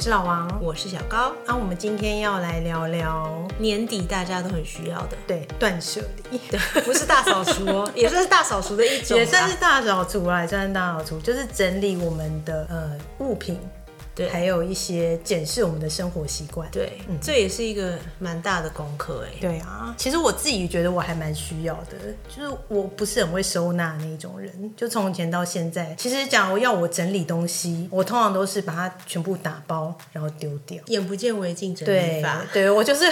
是老王，我是小高。那、我们今天要来聊聊年底大家都很需要的，对断舍离，对，不是大扫除哦， 也算是啊大扫除的一种啦，也算是大扫除啦，也算是大扫除，就是整理我们的呃物品，对还有一些检视我们的生活习惯，对，这也是一个蛮大的功课哎。嗯对啊，其实我自己觉得我还蛮需要的，就是我不是很会收纳那一种人，就从以前到现在，其实讲要我整理东西，我通常都是把它全部打包然后丢掉。眼不见为净整理对法，对，我就是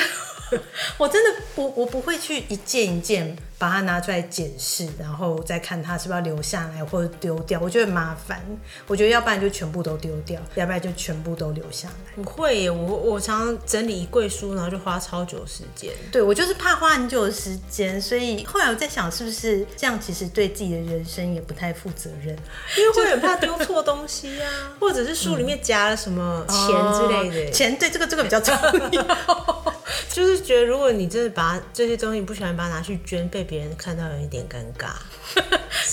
我真的不我不会去一件一件把它拿出来检视，然后再看它是不是要留下来或者丢掉，我觉得很麻烦。我觉得要不然就全部都丢掉，要不然就全部都留下来。我会耶，我我常常整理一柜书，然后就花超久时间。对我就是怕花很久的时间，所以后来我在想，是不是这样其实对自己的人生也不太负责任，因为会很怕丢错东西啊， 或者是书里面夹了什么钱之类嗯的、哦钱对这个这个比较重 要。就是觉得如果你真的把这些东西不喜欢把它拿去捐，被别人看到有一点尴尬。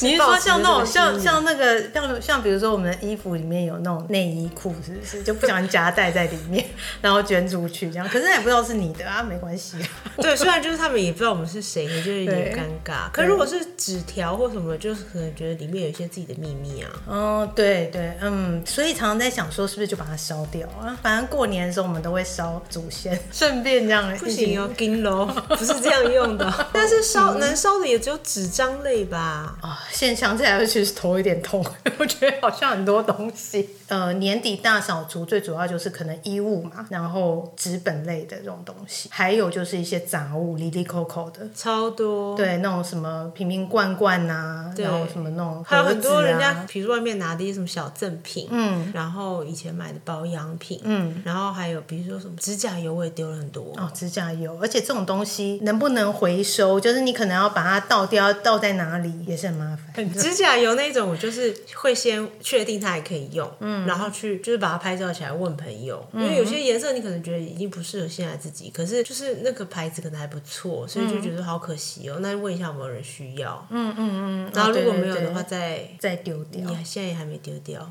你是说像那种像是抱持着这个心理像那个像像比如说我们的衣服里面有那种内衣裤，是不是就不小心夹带在里面，然后捐出去这样？可是也不知道是你的啊，没关系。 对，虽然就是他们也不知道我们是谁，就有点对尴尬。可如果是纸条或什么，就是可能觉得里面有一些自己的秘密啊。嗯，对对，嗯，所以常常在想说是不是就把它烧掉啊？反正过年的时候我们都会烧祖先，顺便这样不行哦，金楼不是这样用的。但是嗯烧能烧的也只有纸张类吧。啊，现在想起来会其实头有点痛， 我觉得好像很多东西。呃，年底大扫除最主要就是可能衣物嘛，然后纸本类的这种东西，还有就是一些杂物，里里扣扣的。超多，对，那种什么瓶瓶罐罐呐、对然后什么那种、盒还有很子多啊人家，比如说外面拿的一些什么小赠品，嗯，然后以前买的保养品，嗯，然后还有比如说什么指甲油，我也丢了很多。哦，指甲油，而且这种东西能不能回收，就是你可能要把它倒掉，倒在哪里也是很麻烦。 指甲油那种，我就是会先确定它还可以用，嗯，然后去就是把它拍照起来问朋友，因嗯为有些颜色你可能觉得已经不适合现在自己，可是就是那个牌子可能还不错，所以就觉得好可惜嗯哦。那问一下有没有人需要，嗯嗯嗯，然后如果没有的话哦对对对再。再丢掉，你现在也还没丢掉，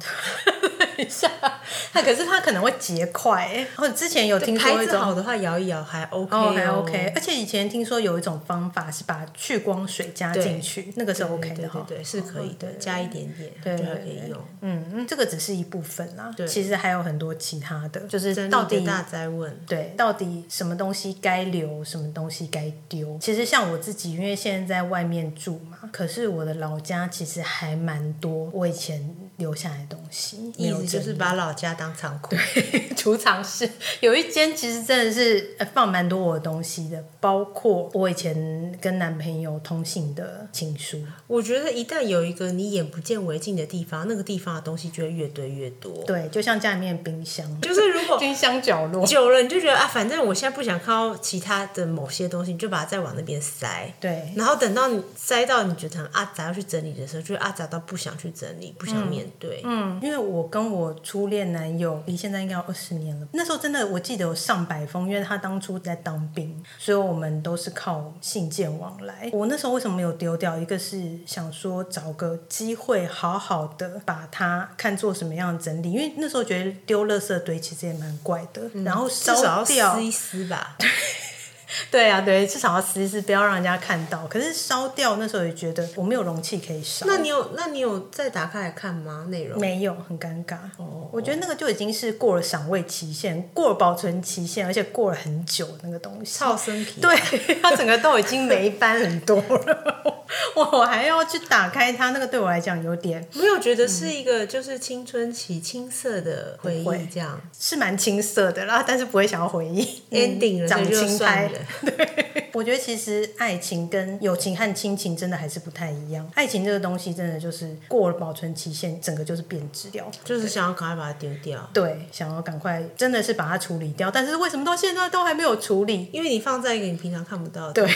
等一 下，它可是它可能会结块、欸。或者之前有听说牌一子种好的话摇一摇还 OK，哦，还 OK，而且以前听说有一种方法是把去光水加进去，那个是 OK 对的对哈。哦对，是可以的，加一点点对就还对可以对用。嗯，嗯这个只是一部分啦，对其实还有很多其他的，就是真的到底大灾问，对，到底什么东西该留，什么东西该丢？其实像我自己，因为现在在外面住嘛，可是我的老家其实还蛮多我以前留下来的东西，没意有思就整是把老家当仓库。 储藏室有一间，其实真的是呃放蛮多我的东西的，包括我以前跟男朋友通信的情书。我觉得一旦有一个你眼不见为净的地方，那个地方的东西就会越堆越多。对，就像家里面的冰箱，就是如果冰箱角落。久了，你就觉得啊，反正我现在不想看到其他的某些东西，你就把它再往那边塞。对，然后等到你塞到你觉得很阿杂要去整理的时候，就会阿杂到不想去整理，不想面对。嗯，因为我跟我初恋男友离现在应该有二十年了，那时候真的我记得有上百封，因为他当初在当兵，所以我们都是靠信件往来。我那时候为什么没有丢掉？一个是想说找个机会好好的把它看作什么样的整理，因为那时候觉得丢垃圾堆其实也蛮怪的，然后嗯至少烧要掉撕一撕吧。对啊，对，至少要撕一撕，不要让人家看到。可是烧掉那时候也觉得我没有容器可以烧，那你有那你有再打开来看吗？内容没有，很尴尬。哦我觉得那个就已经是过了赏味期限，过了保存期限，而且过了很久那个东西。超生 皮。对，它整个都已经霉斑很多了， 我我还要去打开它，那个对我来讲有点没有觉得是一个就是青春期青涩的回嗯不会忆这样。是蛮青涩的啦，但是不会想要回 忆 ending 了，嗯长这就青算苔了。。 我觉得其实爱情跟友情和亲情真的还是不太一样，爱情这个东西真的就是过了保存期限，整个就是变质掉。就是想要赶快把它丢掉，对，想要赶快，真的是把它处理掉，但是为什么到现在都还没有处理？因为你放在一个你平常看不到的对地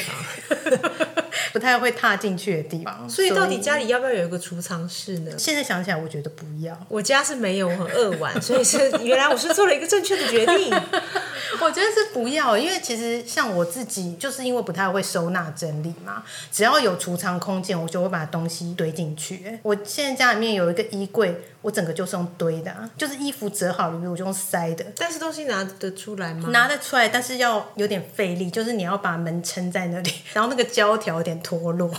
方， 不太会踏进去的地方。嗯所以嗯到底家里要不要有一个储藏室呢？现在想起来，我觉得不要。我家是没有，我很扼腕，所 以是原来我是做了一个正确的决定。我觉得是不要，因为其实像我自己，就是因为不太会收纳整理嘛，只要有储藏空间，我就会把东西堆进去。我现在家里面有一个衣柜，我整个就是用堆的、啊，就是衣服折好了，我就用塞的。但是东西拿得出来吗？拿得出来，但是要有点费力，就是你要把门撑在那里， 然后那个胶条有点脱落。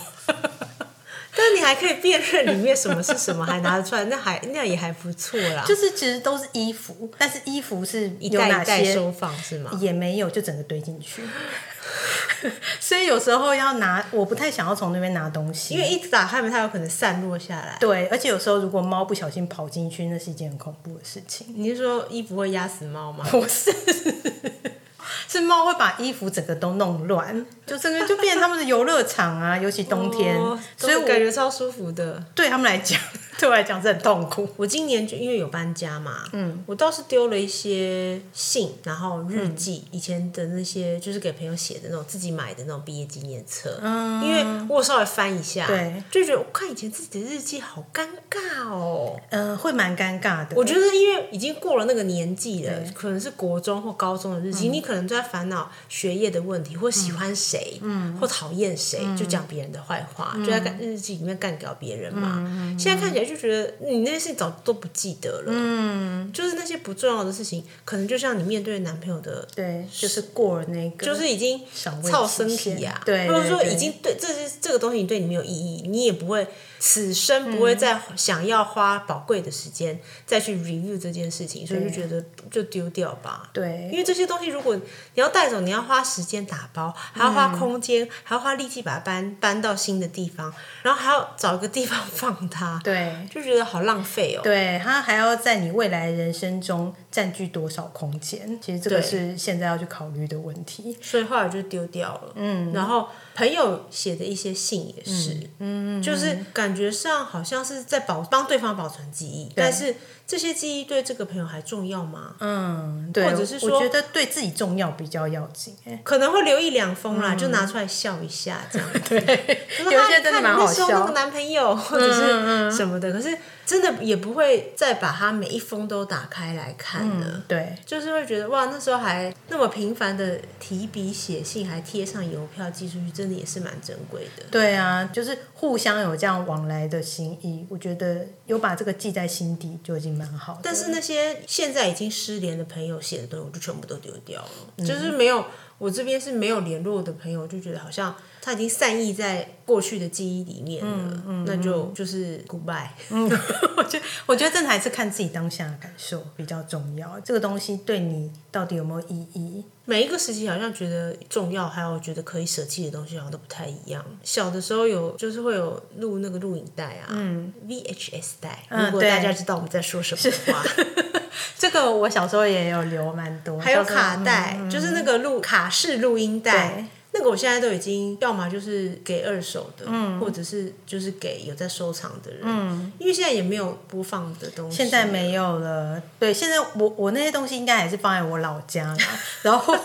但你还可以辨认里面什么是什么，还拿得出来，那还那也还不错啦。就是其实都是衣服，但是衣服是一有袋哪一袋些收放是吗？也没有，就整个堆进 去。所以有时候要拿，我不太想要从那边拿东西，因为一打开门，它有可能散落下来。对，而且有时候如果猫不小心跑进去，那是一件很恐怖的事情。你是说衣服会压死猫吗？不是，是猫会把衣服整个都弄乱，就整个就变成他们的游乐场啊，尤其冬天，哦所以都感我觉超舒服的。对他们来讲，对我来讲是很痛苦。我今年就因为有搬家嘛，嗯，我倒是丢了一些信，然后日记，以前的那些就是给朋友写的那种自己买的那种毕业纪念册，嗯，因为我有稍微翻一下，对，就觉得我看以前自己的日记好尴尬哦。嗯、会蛮尴尬的。我觉得，因为已经过了那个年纪了，可能是国中或高中的日记，你可能就在烦恼学业的问题，或喜欢谁，或讨厌谁，就讲别人的坏话，就在干日记里面干掉别人嘛。现在看起来就觉得嗯你那些事情早都不记得了，就是那些不重要的事情，可能就像你面对男朋友的，对，就是过了那个，就是已经赏味操期身体限啊，对或者说对对已经对这些这个东西对你没有意义，你也不会此生不会再嗯想要花宝贵的时间再去 review 这件事情，所以就觉得就丢掉吧。对因为这些东西，如果你要带走，你要花时间打包，还要花空间，嗯还要花力气把它搬搬到新的地方，然后还要找一个地方放它，对。就觉得好浪费哦。对它还要在你未来人生中占据多少空间？其实这个对是现在要去考虑的问题。所以后来就丢掉了。嗯，然后朋友写的一些信也是，嗯，就是感觉上好像是在保帮对方保存记忆，但是这些记忆对这个朋友还重要吗？嗯，对，或者是我说觉得对自己重要比较要紧。 哎可能会留一两封啦，就拿出来笑一下 这样。对，嗯有一些真的蛮好笑那个男朋 友或者是什么的，可是真的也不会再把它每一封都打开来看了。对，就是会觉得哇，那时候还那么频繁的提笔写信，还贴上邮票寄出去，真的也是蛮珍贵的。对啊，就是互相有这样往来的心意，我觉得有把这个记在心底就已经蛮好的。但是那些现在已经失联的朋友写的东西，我就全部都丢掉了，嗯就是没有我这边是没有联络的朋友，我就觉得好像他已经散逸在过去的记忆里面了，嗯那就就是 goodbye。我觉得，我觉得真的还是看自己当下的感受比较重要。这个东西对你到底有没有意义？每一个时期好像觉得重要，还有觉得可以舍弃的东西好像都不太一样。小的时候有就是会有录那个录影带啊，嗯，VHS 带。嗯如果对大家知道我们在说什么 的话，这个我小时候也有留蛮多，还有就是嗯卡带，就是那个录卡式录音带对。那个我现在都已经，要么就是给二手的，嗯或者是就是给有在收藏的人，因为现在也没有播放的东西。现在没有了。对，现在我我那些东西应该还是放在我老家啦， 然后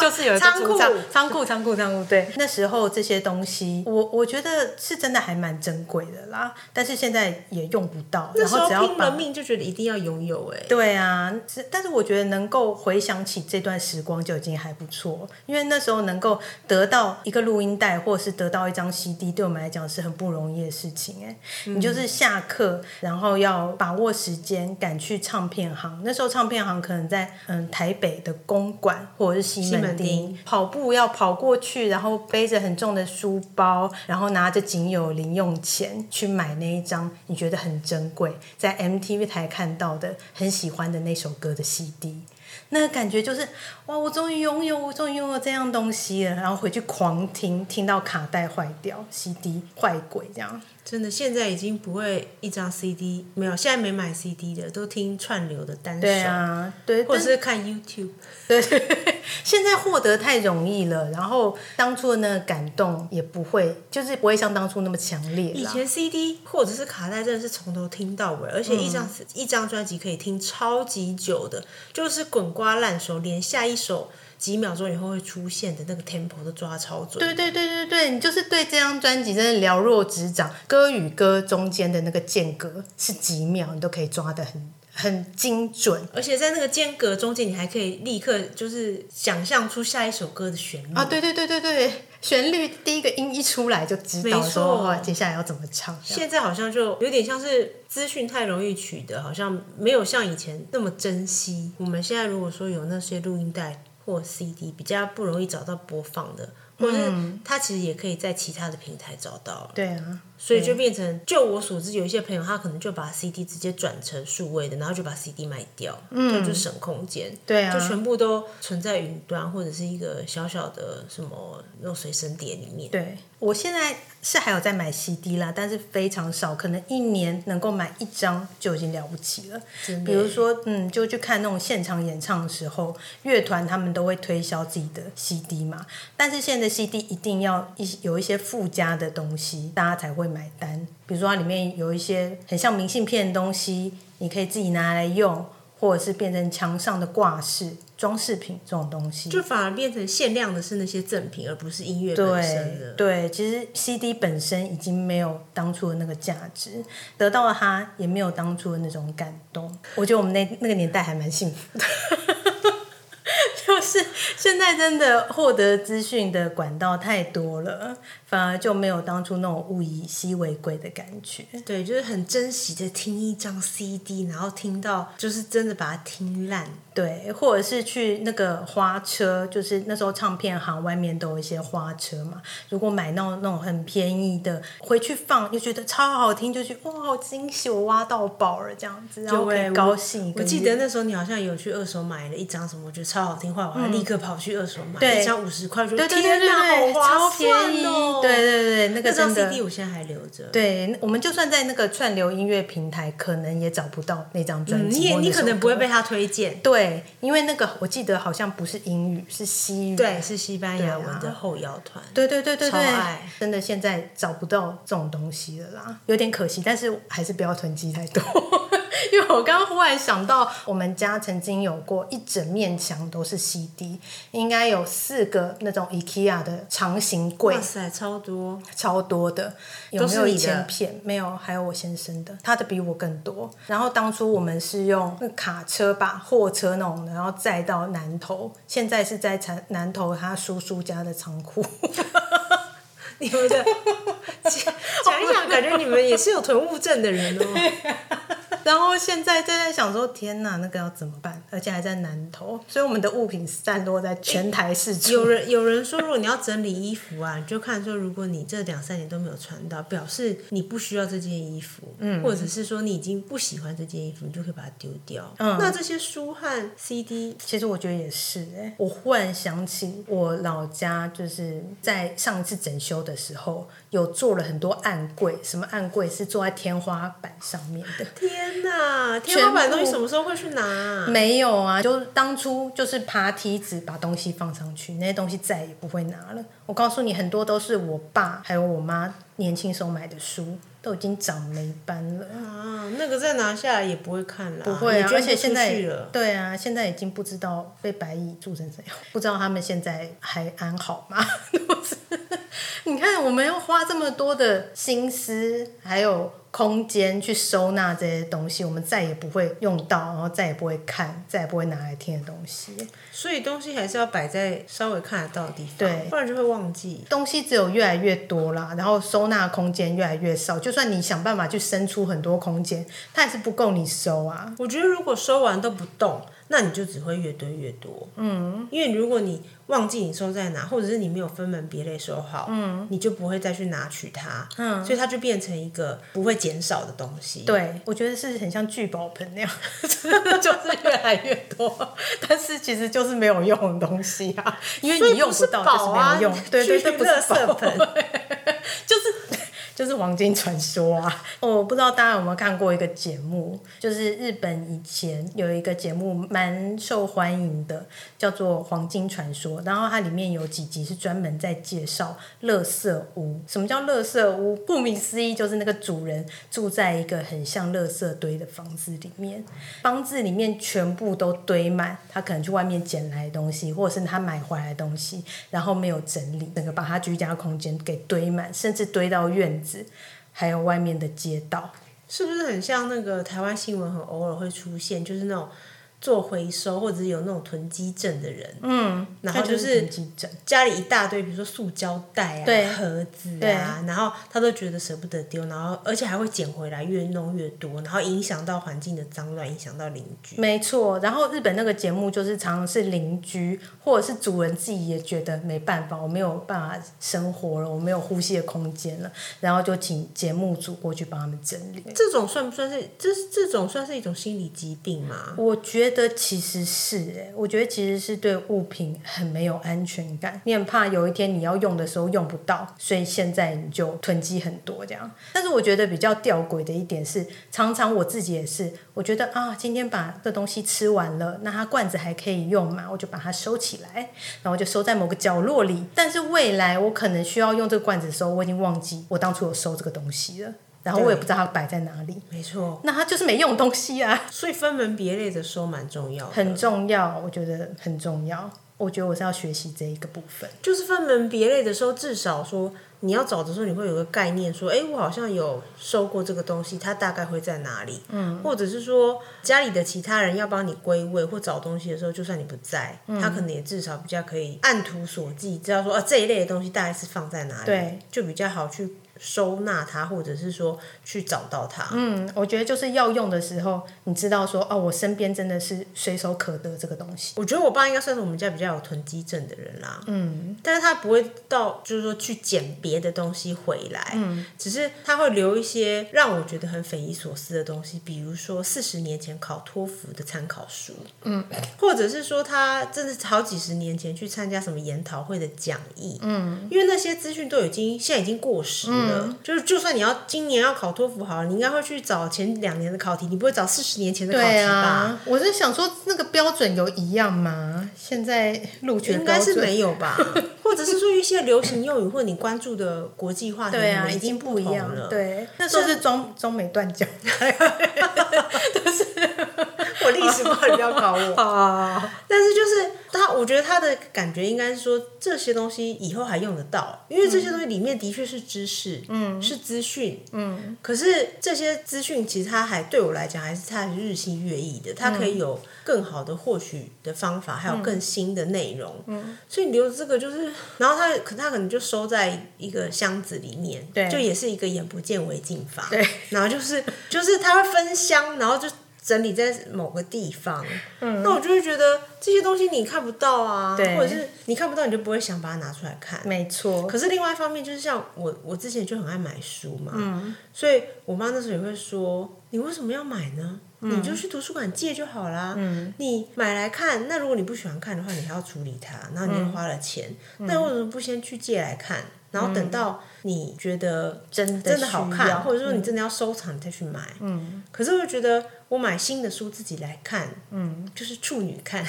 就是有一个仓库储藏仓库、仓库、仓库。对，那时候这些东西，我我觉得是真的还蛮珍贵的啦，但是现在也用不到，那然时后候只要拼了把。命就觉得一定要拥有、哎，对啊，是但是我觉得能够回想起这段时光就已经还不错，因为那时候能够得到一个录音带或者是得到一张 CD，对我们来讲是很不容易的事情、哎、你就是下课，然后要把握时间赶去唱片行。那时候唱片行可能在嗯台北的公馆或者是西门西门町，跑步要跑过去，然后背着很重的书包，然后拿着仅有零用钱去买那一张你觉得很珍贵，在 MTV 台看到的很喜欢的那首歌的 CD。那个感觉就是哇，我终于拥有，我终于拥有这样东西了，然后回去狂听，听到卡带坏掉，CD 坏鬼这样。真的现在已经不会一张 CD 没有，现在没买 CD 的都听串流的单首，对啊，对，或但者是看 YouTube。对，现在获得太容易了，然后当初的那个感动也不会，就是不会像当初那么强烈以了。前 CD 或者是卡带真的是从头听到尾，而且一张、一张专辑可以听超级久的，就是滚瓜烂熟，连下一首几秒钟以后会出现的那个 tempo 都抓超准。对对对对对，你就是对这张专辑真的了若指掌，歌与歌中间的那个间隔是几秒，你都可以抓得很很精准而且在那个间隔中间，你还可以立刻就是想象出下一首歌的旋律啊！对对对对对，旋律第一个音一出来就知道没说错哦接下来要怎么唱。这样现在好像就有点像是资讯太容易取得，好像没有像以前那么珍惜。我们现在如果说有那些录音带或 CD，比较不容易找到播放的，或者是它其实也可以在其他的平台找到了，嗯对啊，所以就变成，就我所知，有一些朋友他可能就把 CD 直接转成数位的，然后就把 CD 卖掉，嗯，就就省空间。对啊就全部都存在云端或者是一个小小的什么那种随身碟里面。对我现在是还有在买 CD 啦，但是非常少，可能一年能够买一张就已经了不起了。真的比如说，嗯，就去看那种现场演唱的时候，乐团他们都会推销自己的 CD 嘛。但是现在的 CD 一定要一些有一些附加的东西，大家才会买单。比如说它里面有一些很像明信片的东西，你可以自己拿来用，或者是变成墙上的挂饰、装饰品这种东西。就反而变成限量的是那些赠品，而不是音乐本身对的。对，其实 CD 本身已经没有当初的那个价值，得到了它也没有当初的那种感动。我觉得我们那那个年代还蛮幸福的， 就是现在真的获得资讯的管道太多了，反而就没有当初那种物以稀为贵的感觉。对，就是很珍惜的听一张 CD，然后听到就是真的把它听烂。对，或者是去那个花车，就是那时候唱片行外面都有一些花车嘛。如果买那种那种很便宜的，回去放又觉得超好听，就觉得哇，好惊喜，我挖到宝了这样子，然后可欸以高兴一个我月。记得那时候你好像有去二手买了一张什么，我觉得超好听，后来我还立刻跑去二手买对一张五十块，我觉对得对天对对哪，对，好划超算便宜，哦！对对对，那那个张真的 CD 我现在还留着。对，我们就算在那个串流音乐平台，可能也找不到那张专嗯，辑、你也你可能不会被。被他推荐。对，因为那个我记得好像不是英语，是西语。对，是西班牙对啊文的后摇团。对对对对超对爱，真的现在找不到这种东西了啦，有点可惜，但是还是不要囤积太多。因为我刚刚忽然想到，我们家曾经有过一整面墙都是 CD，应该有四个那种 IKEA 的长形柜哇，塞，超多！超多的，有都没是有一你的千片？没有，还有我先生的，他的比我更多。然后当初我们是用那卡车把货车那种的，然后载到南头，现在是在南南头他叔叔家的仓库。 你们的讲一讲，感觉你们也是有囤物症的人哦。然后现在正在想说，天哪，那个要怎么办？而且还在南投，所以我们的物品散落在全台市区。有人有人说，如果你要整理衣服啊，你就看说，如果你这两三年都没有穿到，表示你不需要这件衣服，嗯，或者是说你已经不喜欢这件衣服，你就可以把它丢掉。嗯那这些书和 CD 其实我觉得也是、哎，我忽然想起我老家就是在上一次整修的时候，有做了很多暗柜，什么暗柜是坐在天花板上面的。天哪，天花板的东西什么时候会去拿啊、没有啊，就是当初就是爬梯子把东西放上去，那些东西再也不会拿了。我告诉你，很多都是我爸还有我妈年轻时候买的书，都已经长霉斑了。啊，那个再拿下来也不会看了，不会也啊，捐而不且现出在去了。对啊，现在已经不知道被白蚁蛀成怎样，不知道他们现在还安好吗？ 就是你看，我们要花这么多的心思，还有空间去收纳这些东西，我们再也不会用到，然后再也不会看，再也不会拿来听的东西。所以东西还是要摆在稍微看得到的地方，对不然就会忘记。东西只有越来越多啦，然后收纳空间越来越少，就算你想办法去生出很多空间，它还是不够你收啊。我觉得如果收完都不动，那你就只会越堆越多。嗯，因为如果你忘记你收在哪，或者是你没有分门别类收好，嗯，你就不会再去拿取它，嗯，所以它就变成一个不会减少的东西。对，我觉得是很像聚宝盆那样， 就是越来越多，但是其实就是没有用的东西啊，因为所以你用不是到宝就是没啊有用，对对对，去不是垃圾宝，盆就是就是黄金传说啊。哦，我不知道大家有没有看过一个节目，就是日本以前有一个节目蛮受欢迎的，叫做《黄金传说》，然后它里面有几集是专门在介绍垃圾屋。什么叫垃圾屋？顾名思义，就是那个主人住在一个很像垃圾堆的房子里面，房子里面全部都堆满他可能去外面捡来的东西，或者是他买回来的东西，然后没有整理，整个把他居家空间给堆满，甚至堆到院子，还有外面的街道。 是不是很像那个台湾新闻很偶尔会出现，就是那种做回收或者是有那种囤积症的人，嗯，然后就就是囤积症。家里一大堆，比如说塑胶袋啊、对盒子对啊，然后他都觉得舍不得丢，然后而且还会捡回来，越弄越多，然后影响到环境的脏乱，影响到邻居。没错，然后日本那个节目就是常常是邻居或者是主人自己也觉得没办法，我没有办法生活了，我没有呼吸的空间了，然后就请节目组过去帮他们整理。这种算不算是这这种算是一种心理疾病吗？我觉得其实是哎、我觉得其实是对物品很没有安全感，你很怕有一天你要用的时候用不到，所以现在你就囤积很多这样。但是我觉得比较吊诡的一点是，常常我自己也是，我觉得啊，今天把这东西吃完了，那它罐子还可以用嘛，我就把它收起来，然后就收在某个角落里。但是未来我可能需要用这个罐子的时候，我已经忘记我当初有收这个东西了，然后我也不知道它摆在哪里，没错，那它就是没用的东西啊。所以分门别类的收蛮重要的，很重要，我觉得很重要。我觉得我是要学习这一个部分。就是分门别类的时候，至少说你要找的时候，你会有个概念，说，哎、我好像有收过这个东西，它大概会在哪里？嗯，或者是说家里的其他人要帮你归位或找东西的时候，就算你不在，他可能也至少比较可以按图索骥，知道说，啊，这一类的东西大概是放在哪里，对，就比较好去收纳它，或者是说去找到它。嗯，我觉得就是要用的时候，你知道说哦，我身边真的是随手可得这个东西。我觉得我爸应该算是我们家比较有囤积症的人啦，嗯，但是他不会到就是说去捡别的东西回来，嗯，只是他会留一些让我觉得很匪夷所思的东西，比如说四十年前考托福的参考书，嗯，或者是说他真的是好几十年前去参加什么研讨会的讲义，嗯，因为那些资讯都已经现在已经过时了，就是就算你要今年要考托福好了，你应该会去找前两年的考题，你不会找四十年前的考题吧？对啊，我是想说那个标准有一样吗？现在录取的应该标是准没有 吧，或者是说一些流行用语或你关注的国际话题，对啊，已已经不不一同样了。对，那时候是中中美断 交。 我历史不好，你不要搞我。啊，但是就是他，我觉得他的感觉应该是说，这些东西以后还用得到，因为这些东西里面的确是知识，嗯，是资讯，嗯。可是这些资讯其实它还对我来讲，还是它还是日新月异的，它可以有更好的获取的方法，还有更新的内容，嗯。所以你留着这个就是，然后他可他可能就收在一个箱子里面，对就也是一个眼不见为净法，对。然后就是就是它会分箱，然后就整理在某个地方。嗯，那我就会觉得这些东西你看不到啊，对嗯或者是你看不到，你就不会想把它拿出来看。没错。可是另外一方面，就是像我，我之前就很爱买书嘛，所以我妈那时候也会说：“你为什么要买呢？你就去图书馆借就好啦。你买来看，那如果你不喜欢看的话，你还要处理它，然后你又花了钱，那为什么不先去借来看？”然后等到你觉得真的真的好需要嗯看，或者说你真的要收藏，你再去买。嗯，可是我就觉得我买新的书自己来看，嗯，就是处女 看，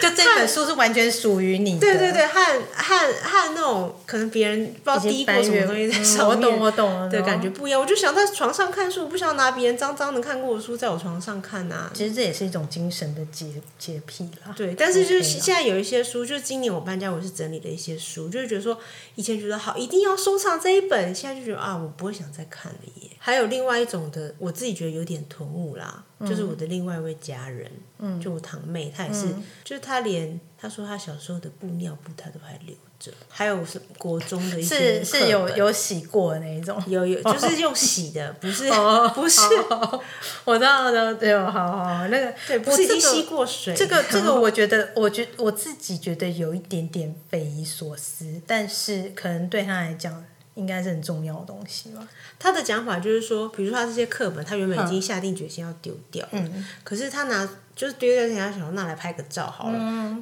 就这本书是完全属于你的。对对对，和和和那种可能别人不知道已滴经过翻什么阅东西在嗯上面，我懂我懂我懂对，感觉不一样。我就想在床上看书，我不想要拿别人脏脏的看过的书在我床上看啊。其实这也是一种精神的洁洁癖啦。对，但是就是 OK 啦现在有一些书，就是今年我搬家，我是整理了一些书，就是觉得说以前觉得好一定要收藏这一本，现在就觉得啊，我不会想再看了耶。还有另外一种的，我自己觉得有点囤物啦，就是我的嗯另外一位家人，嗯，就我堂妹，她也是，就是她连她说她小时候的布尿布她都还留着，还有是国中的一些是是有课本有洗过的那一种。有有，就是用洗的，不是哦， 不是哦我知道的，对，好好好，那个对，不我是已这经个吸过水，这个这个， 我觉得，我觉我自己觉得有一点点匪夷所思，但是可能对他来讲，应该是很重要的东西吧。他的讲法就是说，比如说他这些课本，他原本已嗯经下定决心要丢掉，嗯，可是他拿就是丢掉之前，他想说拿来拍个照好了，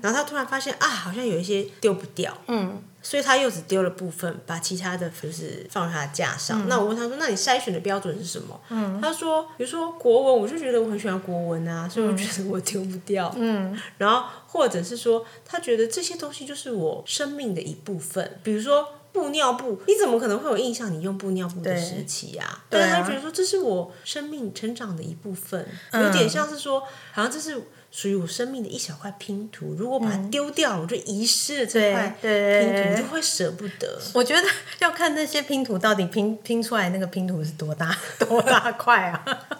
然后他突然发现啊，好像有一些丢不掉，嗯，所以他又只丢了部分，把其他的就是放在他的架上。那我问他说：“那你筛选的标准是什么？”他说：“比如说国文，我就觉得我很喜欢国文啊，所以我觉得我丢不掉。嗯，然后或者是说，他觉得这些东西就是我生命的一部分，比如说。”布尿布，你怎么可能会有印象？你用布尿布的时期啊？对但啊是他觉得说这是我生命成长的一部分，嗯有点像是说，好像这是属于我生命的一小块拼图。如果把它丢掉了，我就遗失了这块嗯对拼对图，你就会舍不得。 我觉得要看那些拼图到底拼拼出来那个拼图是多大 多大块啊，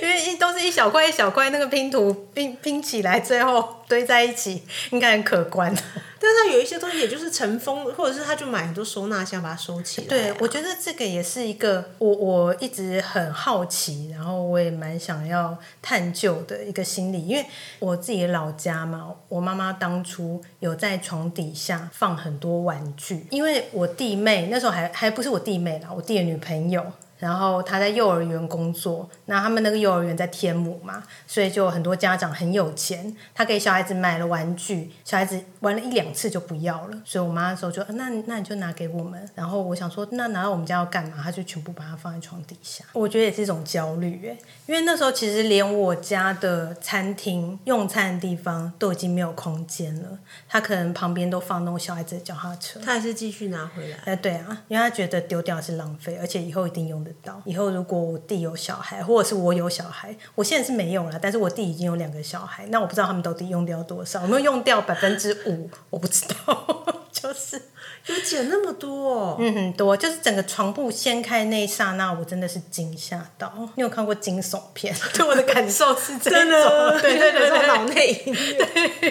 因为一都是一小块一小块，那个拼图拼拼起来，最后堆在一起，应该很可观。但是他有一些东西，也就是尘封，或者是他就买很多收纳箱把它收起来啊。对，我觉得这个也是一个我我一直很好奇，然后我也蛮想要探究的一个心理，因为我自己的老家嘛，我妈妈当初有在床底下放很多玩具，因为我弟妹那时候还还不是我弟妹啦，我弟的女朋友。然后她在幼儿园工作，那他们那个幼儿园在天母嘛，所以就很多家长很有钱，他给小孩子买了玩具，小孩子玩了一两次就不要了，所以我妈那时候就，啊那那你就拿给我们。然后我想说，那拿到我们家要干嘛？他就全部把它放在床底下。我觉得也是一种焦虑耶，因为那时候其实连我家的餐厅用餐的地方都已经没有空间了，他可能旁边都放那种小孩子的脚踏车。他还是继续拿回来。哎，对啊，因为他觉得丢掉是浪费，而且以后一定用得到。以后如果我弟有小孩，或者是我有小孩，我现在是没有了，但是我弟已经有两个小孩，那我不知道他们到底用掉多少，有没有用掉百分之五，我不知道， 就是有捡那么多、哦，嗯很多，就是整个床铺掀开那一刹那，我真的是惊吓到。你有看过惊悚片？ 对我的感受是这真种的，，对对 对对，脑内音乐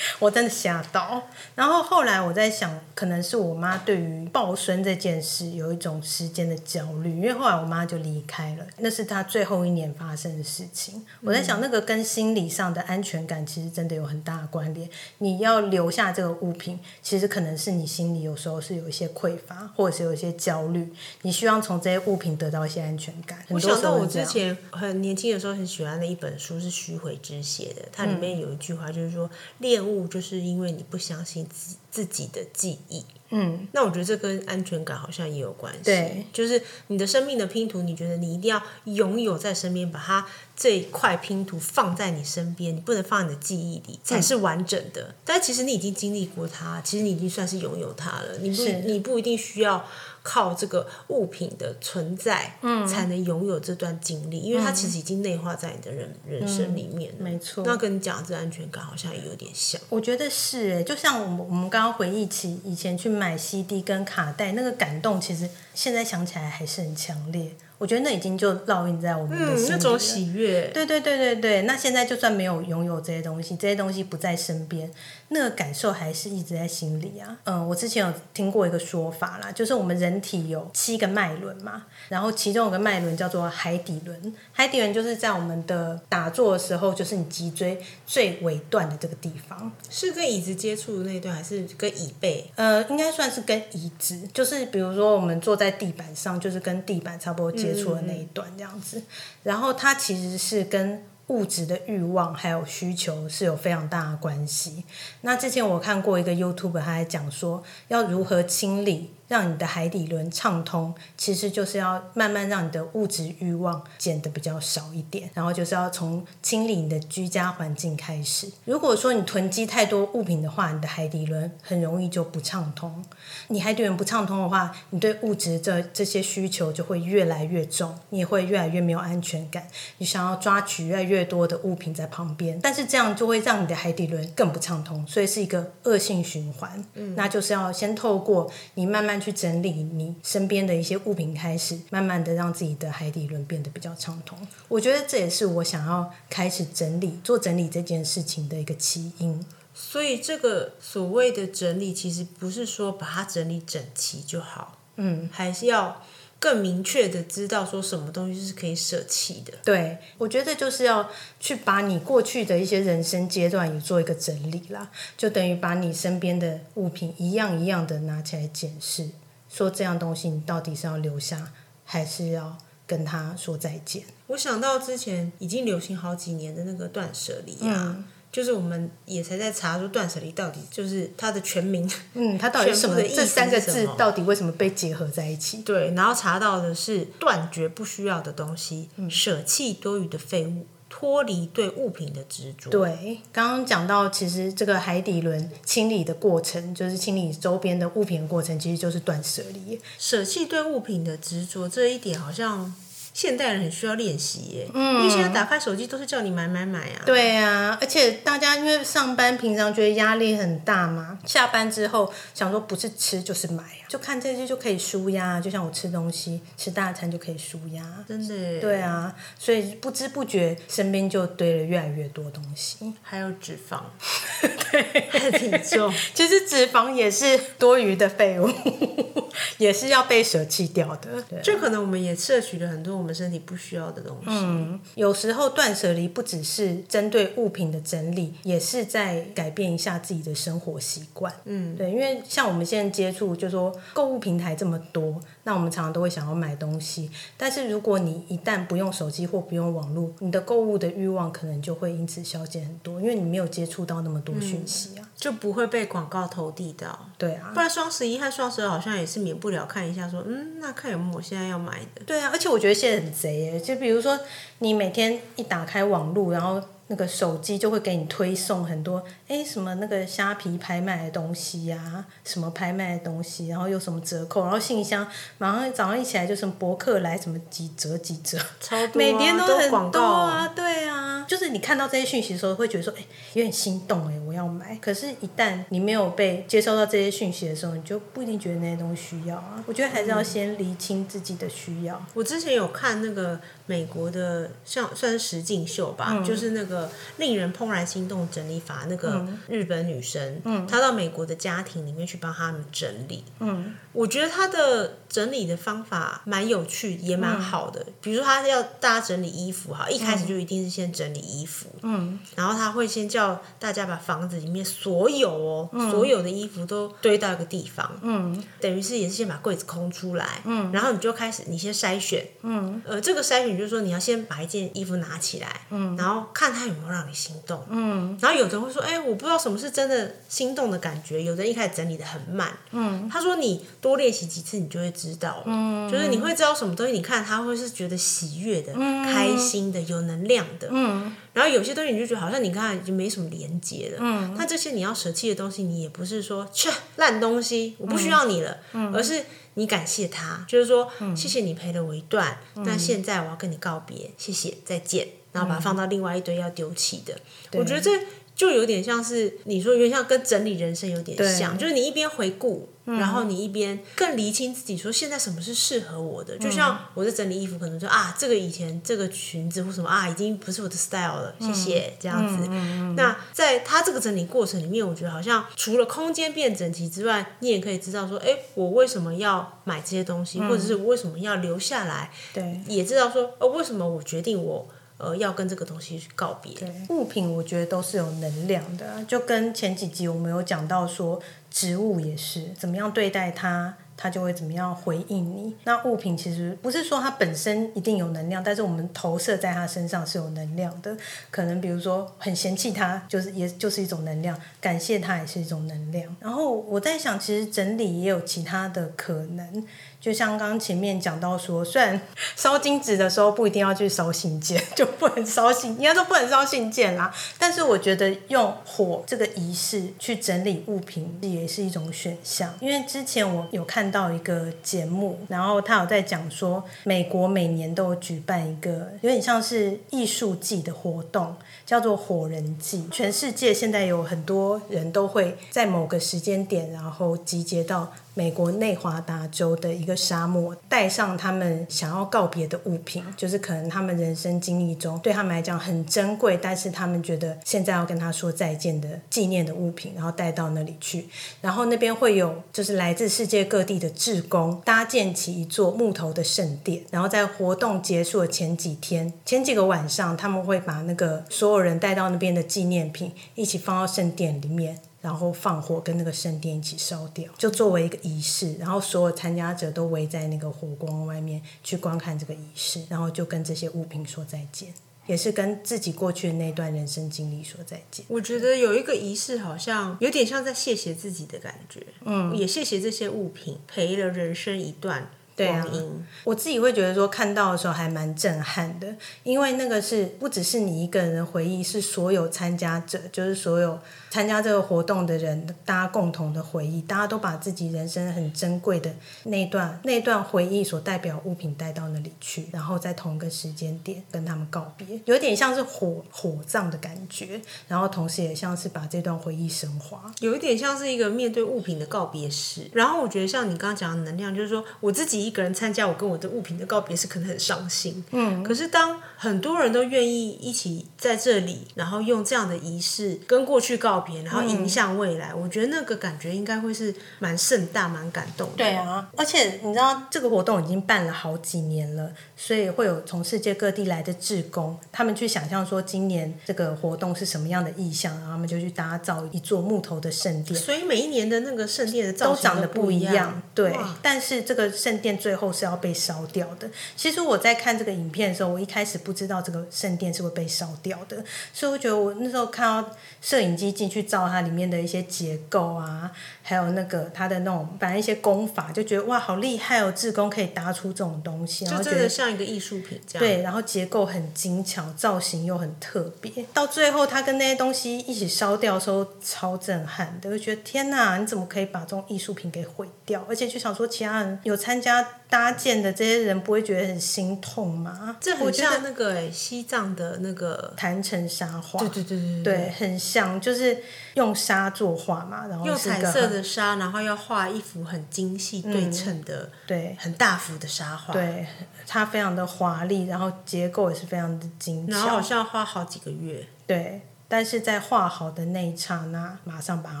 我真的吓到。然后后来我在想，可能是我妈对于抱孙这件事有一种时间的焦虑，因为后来我妈就离开了，那是她最后一年发生的事情。我在嗯想，那个跟心理上的安全感其实真的有很大的关联。你要留下这个物品，其实可能是你心里有时候是有一些匮乏，或者是有一些焦虑，你希望从这些物品得到一些安全感。我很多想时到候我是这之样前很年轻的时候很喜欢的一本书是徐悔之写的，它里嗯面有一句话就是说，恋物就是因为你不相信自自己的记忆。嗯，那我觉得这跟安全感好像也有关系。对，就是你的生命的拼图，你觉得你一定要拥有在身边，把它这一块拼图放在你身边，你不能放在你的记忆里嗯才是完整的。但其实你已经经历过它，其实你已经算是拥有它了。你不是你不一定需要靠这个物品的存在，嗯，才能拥有这段经历，因为它其实已经内化在你的人、人生里面了。没错那跟你讲的这安全感好像也有点像。我觉得是欸诶，就像我们我们刚刚回忆起以前去买 CD 跟卡带，那个感动其实现在想起来还是很强烈。我觉得那已经就烙印在我们的心里、嗯那种。喜悦，对对对对对，那现在就算没有拥有这些东西，这些东西不在身边，那个感受还是一直在心里啊。嗯，我之前有听过一个说法啦，就是我们人体有七个脉轮嘛，然后其中有个脉轮叫做海底轮，海底轮就是在我们的打坐的时候，就是你脊椎最尾段的这个地方。是跟椅子接触的那一段，还是跟椅背？呃，应该算是跟移植，就是比如说我们坐在地板上，就是跟地板差不多接触的那一段这样子。然后它其实是跟物质的欲望还有需求是有非常大的关系。那之前我看过一个 YouTube，他在讲说要如何清理，让你的海底轮畅通，其实就是要慢慢让你的物质欲望减得比较少一点，然后就是要从清理你的居家环境开始。如果说你囤积太多物品的话，你的海底轮很容易就不畅通。你海底轮不畅通的话，你对物质这这些需求就会越来越重，你也会越来越没有安全感，你想要抓取越来越多的物品在旁边，但是这样就会让你的海底轮更不畅通，所以是一个恶性循环。嗯，那就是要先透过你慢慢去整理你身边的一些物品开始，慢慢的让自己的海底轮变得比较畅通。我觉得这也是我想要开始整理做整理这件事情的一个起因。所以这个所谓的整理，其实不是说把它整理整齐就好，嗯，还是要更明确的知道说什么东西是可以舍弃的。对，我觉得就是要去把你过去的一些人生阶段也做一个整理啦，就等于把你身边的物品一样一样的拿起来检视，说这样东西你到底是要留下，还是要跟他说再见？嗯我想到之前已经流行好几年的那个断舍离啊，就是我们也才在查说断舍离到底就是它的全名， 嗯，它到底是什么？全部的意思这三个是什字么到底为什么被结合在一起？对，然后查到的是断绝不需要的东西，嗯舍弃多余的废物，脱离对物品的执着。对，刚刚讲到，其实这个海底轮清理的过程，就是清理周边的物品的过程，其实就是断舍离。舍弃对物品的执着这一点，好像现代人很需要练习耶。嗯，因为现在打开手机都是叫你买买买啊。对啊，而且大家因为上班平常觉得压力很大嘛，下班之后想说不是吃就是买啊，就看这些就可以舒压，就像我吃东西吃大餐就可以舒压。真的耶。对啊，所以不知不觉身边就堆了越来越多东西。还有脂肪， 对，体重 其实脂肪也是多余的废物， 也是要被舍弃掉的。对，就可能我们也摄取了很多我们身体不需要的东西。嗯，有时候断舍离不只是针对物品的整理，也是在改变一下自己的生活习惯。嗯，对，因为像我们现在接触，就说购物平台这么多，那我们常常都会想要买东西，但是如果你一旦不用手机或不用网络，你的购物的欲望可能就会因此消减很多，因为你没有接触到那么多讯息啊。就不会被广告投递到。对啊不，然双十一和双十二好像也是免不了看一下说嗯，那看有没有我现在要买的。对啊，而且我觉得现在很贼耶，就比如说你每天一打开网络，然后那个手机就会给你推送很多，哎，什么那个虾皮拍卖的东西呀、什么拍卖的东西，然后有什么折扣，然后信箱马上早上一起来就什么博客来什么几折几折，超多啊每天都很广多告啊，对啊，就是你看到这些讯息的时候，会觉得说，哎，有点心动哎，我要买。可是，一旦你没有被接收到这些讯息的时候，你就不一定觉得那些东西需要啊。我觉得还是要先厘清自己的需要。我之前有看那个美国的，像算是实境秀吧，就是那个令人怦然心动整理法，那个日本女生，她到美国的家庭里面去帮他们整理。嗯，我觉得她的整理的方法蛮有趣，也蛮好的。比如说，她要大家整理衣服，哈，一开始就一定是先整理衣服，嗯，然后她会先叫大家把房子里面所有哦，所有的衣服都堆到一个地方，嗯，等于是也是先把柜子空出来，嗯，然后你就开始你先筛选，嗯，呃，这个筛选就是说你要先把一件衣服拿起来，嗯，然后看它有没有让你心动，嗯，然后有的人会说，哎、我不知道什么是真的心动的感觉，有的人一开始整理的很慢，嗯，他说你多练习几次，你就会知道，嗯，就是你会知道什么东西，你看他会是觉得喜悦的、开心的、有能量的，嗯，然后有些东西你就觉得好像你跟他已经没什么连接了，嗯，那这些你要舍弃的东西，你也不是说切烂东西，我不需要你了，而是。你感谢他，就是说、谢谢你陪了我一段，那现在我要跟你告别，谢谢，再见，然后把它放到另外一堆要丢弃的。我觉得这就有点像是你说，有点像跟整理人生有点像，就是你一边回顾。然后你一边更厘清自己，说现在什么是适合我的。就像我在整理衣服，可能说啊，这个以前这个裙子或什么啊，已经不是我的 style 了，谢谢这样子。嗯那在他这个整理过程里面，我觉得好像除了空间变整齐之外，你也可以知道说，哎，我为什么要买这些东西，嗯或者是我为什么要留下来，对也知道说，呃，为什么我决定我呃要跟这个东西去告别。对，物品我觉得都是有能量的啊，就跟前几集我们有讲到说，植物也是怎么样对待它。它就会怎么样回应你？那物品其实不是说它本身一定有能量，但是我们投射在它身上是有能量的。可能比如说很嫌弃它，就是也就是一种能量；感谢它也是一种能量。然后我在想，其实整理也有其他的可能，就像刚刚前面讲到说，虽然 烧金纸的时候不一定要去烧信件， 就不能烧信，应该说不能烧信件啦。但是我觉得用火这个仪式去整理物品也是一种选项，因为之前我有看到一个节目，然后他有在讲说，美国每年都有举办一个有点像是艺术季的活动，叫做火人季。全世界现在有很多人都会在某个时间点，然后集结到美国内华达州的一个沙漠，带上他们想要告别的物品，就是可能他们人生经历中对他们来讲很珍贵，但是他们觉得现在要跟他说再见的纪念的物品，然后带到那里去。然后那边会有就是来自世界各地的志工搭建起一座木头的圣殿，然后在活动结束的前几天、前几个晚上，他们会把那个所有人带到那边的纪念品一起放到圣殿里面。然后放火跟那个圣殿一起烧掉，就作为一个仪式。然后所有参加者都围在那个火光外面去观看这个仪式，然后就跟这些物品说再见。也是跟自己过去的那段人生经历说再见。我觉得有一个仪式，好像有点像在谢谢自己的感觉，嗯，也谢谢这些物品陪了人生一段对啊光阴。我自己会觉得说，看到的时候还蛮震撼的，因为那个是不只是你一个人的回忆，是所有参加者，就是所有参加这个活动的人，大家共同的回忆，大家都把自己人生很珍贵的那一段那一段回忆所代表物品带到那里去，然后在同一个时间点跟他们告别，有点像是火火葬的感觉，然后同时也像是把这段回忆升华。有一点像是一个面对物品的告别式，然后我觉得像你刚刚讲的能量，就是说我自己一个人参加我跟我的物品的告别式，可能很伤心，嗯，可是当很多人都愿意一起在这里，然后用这样的仪式跟过去告别，然后影响未嗯来，我觉得那个感觉应该会是蛮盛大、蛮感动的。对啊，而且你知道这个活动已经办了好几年了，所以会有从世界各地来的志工，他们去想象说今年这个活动是什么样的意象，然后他们就去打造一座木头的圣殿。所以每一年的那个圣殿的造都型长得不不一样样，，对哇。但是这个圣殿最后是要被烧掉的。其实我在看这个影片的时候，我一开始不知道这个圣殿是会被烧掉的，所以我觉得我那时候看到摄影机进去照它里面的一些结构啊，还有那个它的那种反正一些功法，就觉得哇，好厉害哦！志工可以搭出这种东西，然就后觉真得的像一个艺术品这样。对，然后结构很精巧，造型又很特别。到最后，它跟那些东西一起烧掉的时候，超震撼的，就觉得天哪，你怎么可以把这种艺术品给毁掉？而且就想说，其他人有参加搭建的这些人，不会觉得很心痛吗？这我很觉得像那个、欸、西藏的那个，坛城沙画，对对对对对。对，很像，就是用沙作画嘛，然后用哦是一彩个色很的纱，然后要画一幅很精细对称的、对。很大幅的沙画，对，它非常的华丽，然后结构也是非常的精然后好巧，像要花好几个月。对，但是在画好的那一刹那，马上把它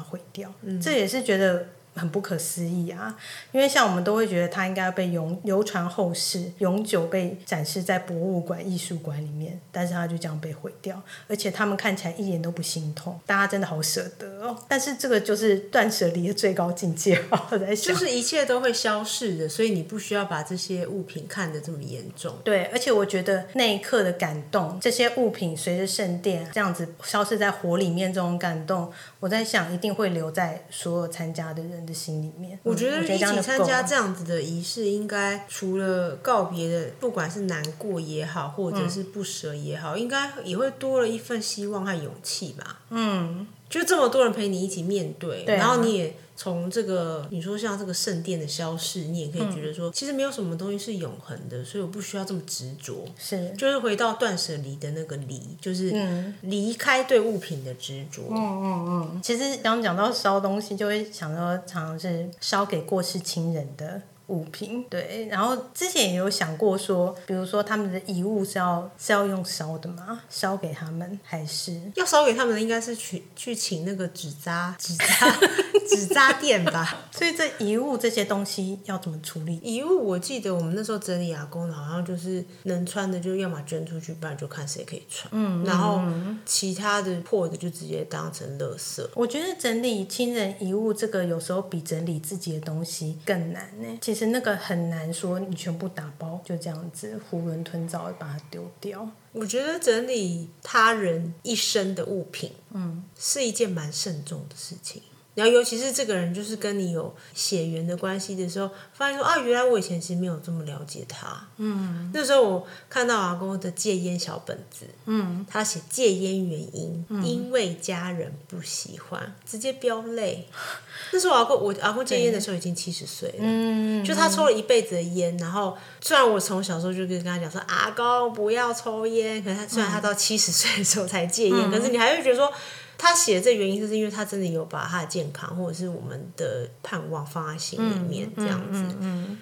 毁掉，这也是觉得很不可思议啊！因为像我们都会觉得它应该被永流传后世，永久被展示在博物馆、艺术馆里面，但是它就这样被毁掉，而且他们看起来一点都不心痛，大家真的好舍得哦。但是这个就是断舍离的最高境界吧，我在想。就是一切都会消逝的，所以你不需要把这些物品看得这么严重。对，而且我觉得那一刻的感动，这些物品随着圣殿这样子消失在火里面，这种感动，我在想一定会留在所有参加的人的心里面。我觉得嗯一这样起就参够加了这样子的仪式，应该除了告别的，不管是难过也好，或者是不舍也好，应该也会多了一份希望和勇气吧。嗯，就这么多人陪你一起面对，对啊然后你也从这个你说像这个圣殿的消逝，你也可以觉嗯得说，其实没有什么东西是永恒的，所以我不需要这么执着。是就是回到断舍离的那个离，就是嗯离开对物品的执着。其实刚讲到烧东西，就会想到常常是烧给过世亲人的物品，对。然后之前也有想过说，比如说他们的遗物是要是要用烧的吗？烧给他们还是？要烧给他们的应该是去去请那个纸扎纸扎 纸扎店吧。所以这遗物这些东西要怎么处理？遗物我记得我们那时候整理阿公的，好像就是能穿的就要么捐出去，不然就看谁可以穿。嗯，然后其他的破的就直接当成垃圾。我觉得整理亲人遗物这个有时候比整理自己的东西更难呢、其实那个很难说，你全部打包就这样子囫囵吞枣地把它丢掉。我觉得整理他人一生的物品，嗯，是一件蛮慎重的事情。然后，尤其是这个人就是跟你有血缘的关系的时候，发现说啊，原来我以前其实没有这么了解他。嗯，那时候我看到阿公的戒烟小本子，嗯，他写戒烟原因，因为家人不喜欢，直接飙泪。那时候我阿公，我阿公戒烟的时候已经七十岁了，嗯，就他抽了一辈子的烟，然后虽然我从小时候就跟他讲说阿公不要抽烟，可是他虽然他到七十岁的时候才戒烟，可是你还会觉得说。他写这原因，就是因为他真的有把他的健康或者是我们的呃盼望放在心里面，这样子。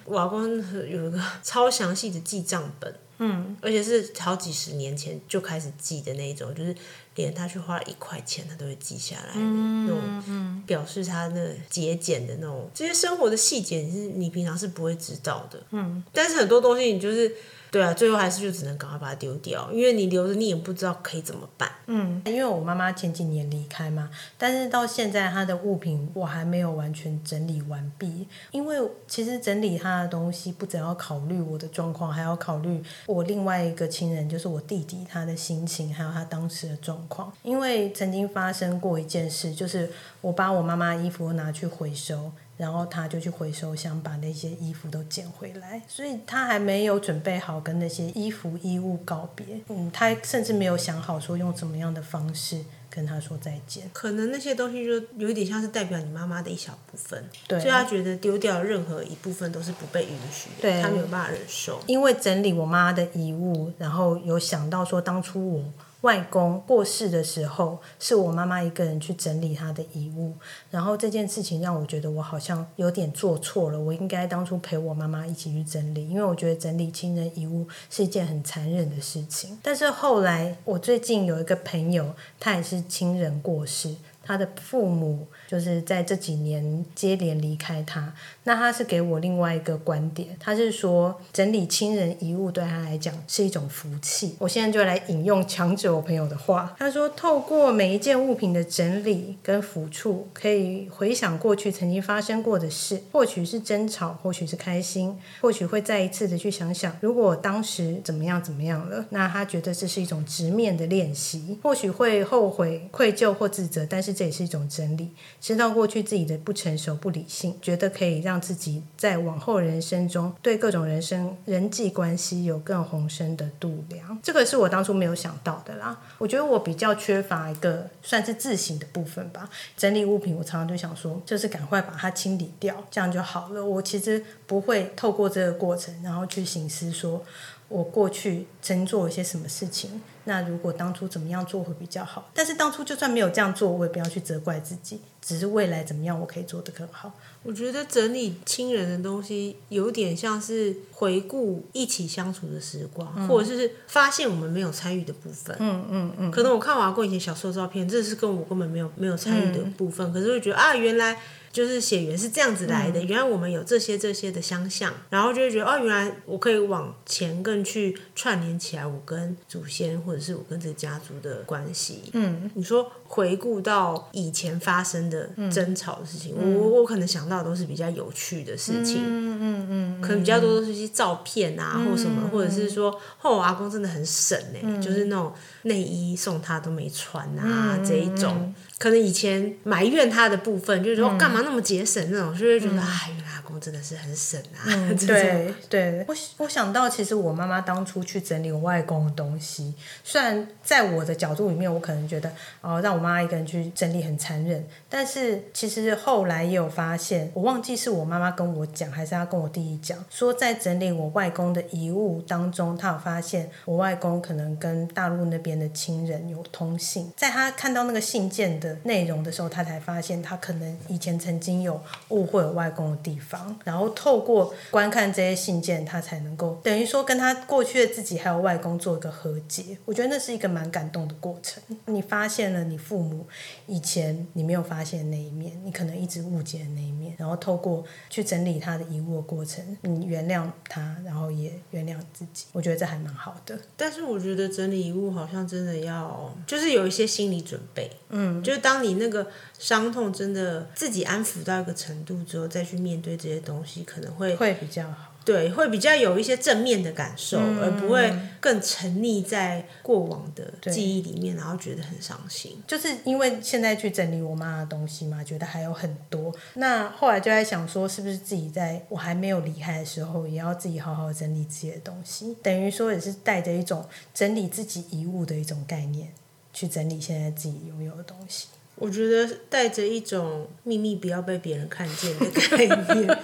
我阿公有一个超详细的记账本，嗯，而且是好几十年前就开始记的那一种，就是连他去花了一块钱，他都会记下来的、那种，表示他那节俭的那种，这些生活的细节你是你平常是不会知道的，嗯，但是很多东西你就是。对啊，最后还是就只能赶快把它丢掉，因为你留着你也不知道可以怎么办。嗯，因为我妈妈前几年离开嘛，但是到现在她的物品我还没有完全整理完毕，因为其实整理她的东西不只要考虑我的状况，还要考虑我另外一个亲人，就是我弟弟他的心情，还有他当时的状况。因为曾经发生过一件事，就是我把我妈妈衣服拿去回收，然后他就去回收箱把那些衣服都捡回来，所以他还没有准备好跟那些衣服衣物告别，嗯，他甚至没有想好说用怎么样的方式跟他说再见，可能那些东西就有一点像是代表你妈妈的一小部分，对所以她觉得丢掉任何一部分都是不被允许的，对她没有办法忍受。因为整理我妈的遗物，然后有想到说当初我。外公过世的时候，是我妈妈一个人去整理她的遗物，然后这件事情让我觉得我好像有点做错了，我应该当初陪我妈妈一起去整理，因为我觉得整理亲人遗物是一件很残忍的事情。但是后来，我最近有一个朋友，他也是亲人过世，他的父母就是在这几年接连离开他。那他是给我另外一个观点，他是说整理亲人遗物对他来讲是一种福气。我现在就来引用强者我朋友的话，他说：透过每一件物品的整理跟抚触，可以回想过去曾经发生过的事，或许是争吵，或许是开心，或许会再一次的去想想，如果我当时怎么样怎么样了，那他觉得这是一种直面的练习，或许会后悔、愧疚或自责，但是这也是一种整理。知道过去自己的不成熟、不理性，觉得可以让自己在往后人生中对各种人生人际关系有更宏深的度量。这个是我当初没有想到的啦。我觉得我比较缺乏一个算是自省的部分吧。整理物品，我常常就想说，就是赶快把它清理掉，这样就好了。我其实不会透过这个过程，然后去醒思说。我过去曾做了些什么事情？那如果当初怎么样做会比较好？但是当初就算没有这样做，我也不要去责怪自己，只是未来怎么样我可以做得更好。我觉得整理亲人的东西，有点像是回顾一起相处的时光，或者是发现我们没有参与的部分。嗯嗯嗯，可能我看完过以前小时候的照片，这是跟我根本没有没有参与的嗯部分，可是会觉得啊，原来就是血缘是这样子来的，嗯原来我们有这些这些的相像，然后就会觉得哦、原来我可以往前更去串联起来我跟祖先或者是我跟这个家族的关系。嗯，你说回顾到以前发生的争吵的事情，我我我可能想到的都是比较有趣的事情，嗯嗯嗯，可能比较多都是一些照片啊、或什么，或者是说哦，我阿公真的很省哎、就是那种。内衣送他都没穿啊、这一种，可能以前埋怨他的部分，就是说哦干嘛那么节省那种，就会觉得哎，原来阿公真的是很省啊， 这种对对，我我想到，其实我妈妈当初去整理我外公的东西，虽然在我的角度里面，我可能觉得哦，让我妈一个人去整理很残忍，但是其实后来也有发现，我忘记是我妈妈跟我讲，还是她跟我弟弟讲，说在整理我外公的遗物当中，她有发现我外公可能跟大陆那边的亲人有通信，在她看到那个信件的内容的时候，她才发现她可能以前曾经有误会我外公的地方，然后透过观看这些信件，她才能够等于说跟她过去的自己还有外公做一个和解。我觉得那是一个蛮感动的过程。你发现了你父母以前你没有发现的那一面，你可能一直误解的那一面，然后透过去整理他的遗物的过程，你原谅他，然后也原谅自己。我觉得这还蛮好的。但是我觉得整理遗物好像真的要，就是有一些心理准备，嗯，就是当你那个伤痛真的自己安抚到一个程度之后，再去面对这些东西，可能会会比较好。对，会比较有一些正面的感受，而不会更沉溺在过往的记忆里面，然后觉得很伤心。就是因为现在去整理我妈的东西嘛，觉得还有很多。那后来就在想说，是不是自己在我还没有离开的时候，也要自己好好整理自己的东西？等于说也是带着一种整理自己遗物的一种概念，去整理现在自己拥有的东西。我觉得带着一种秘密不要被别人看见的概念，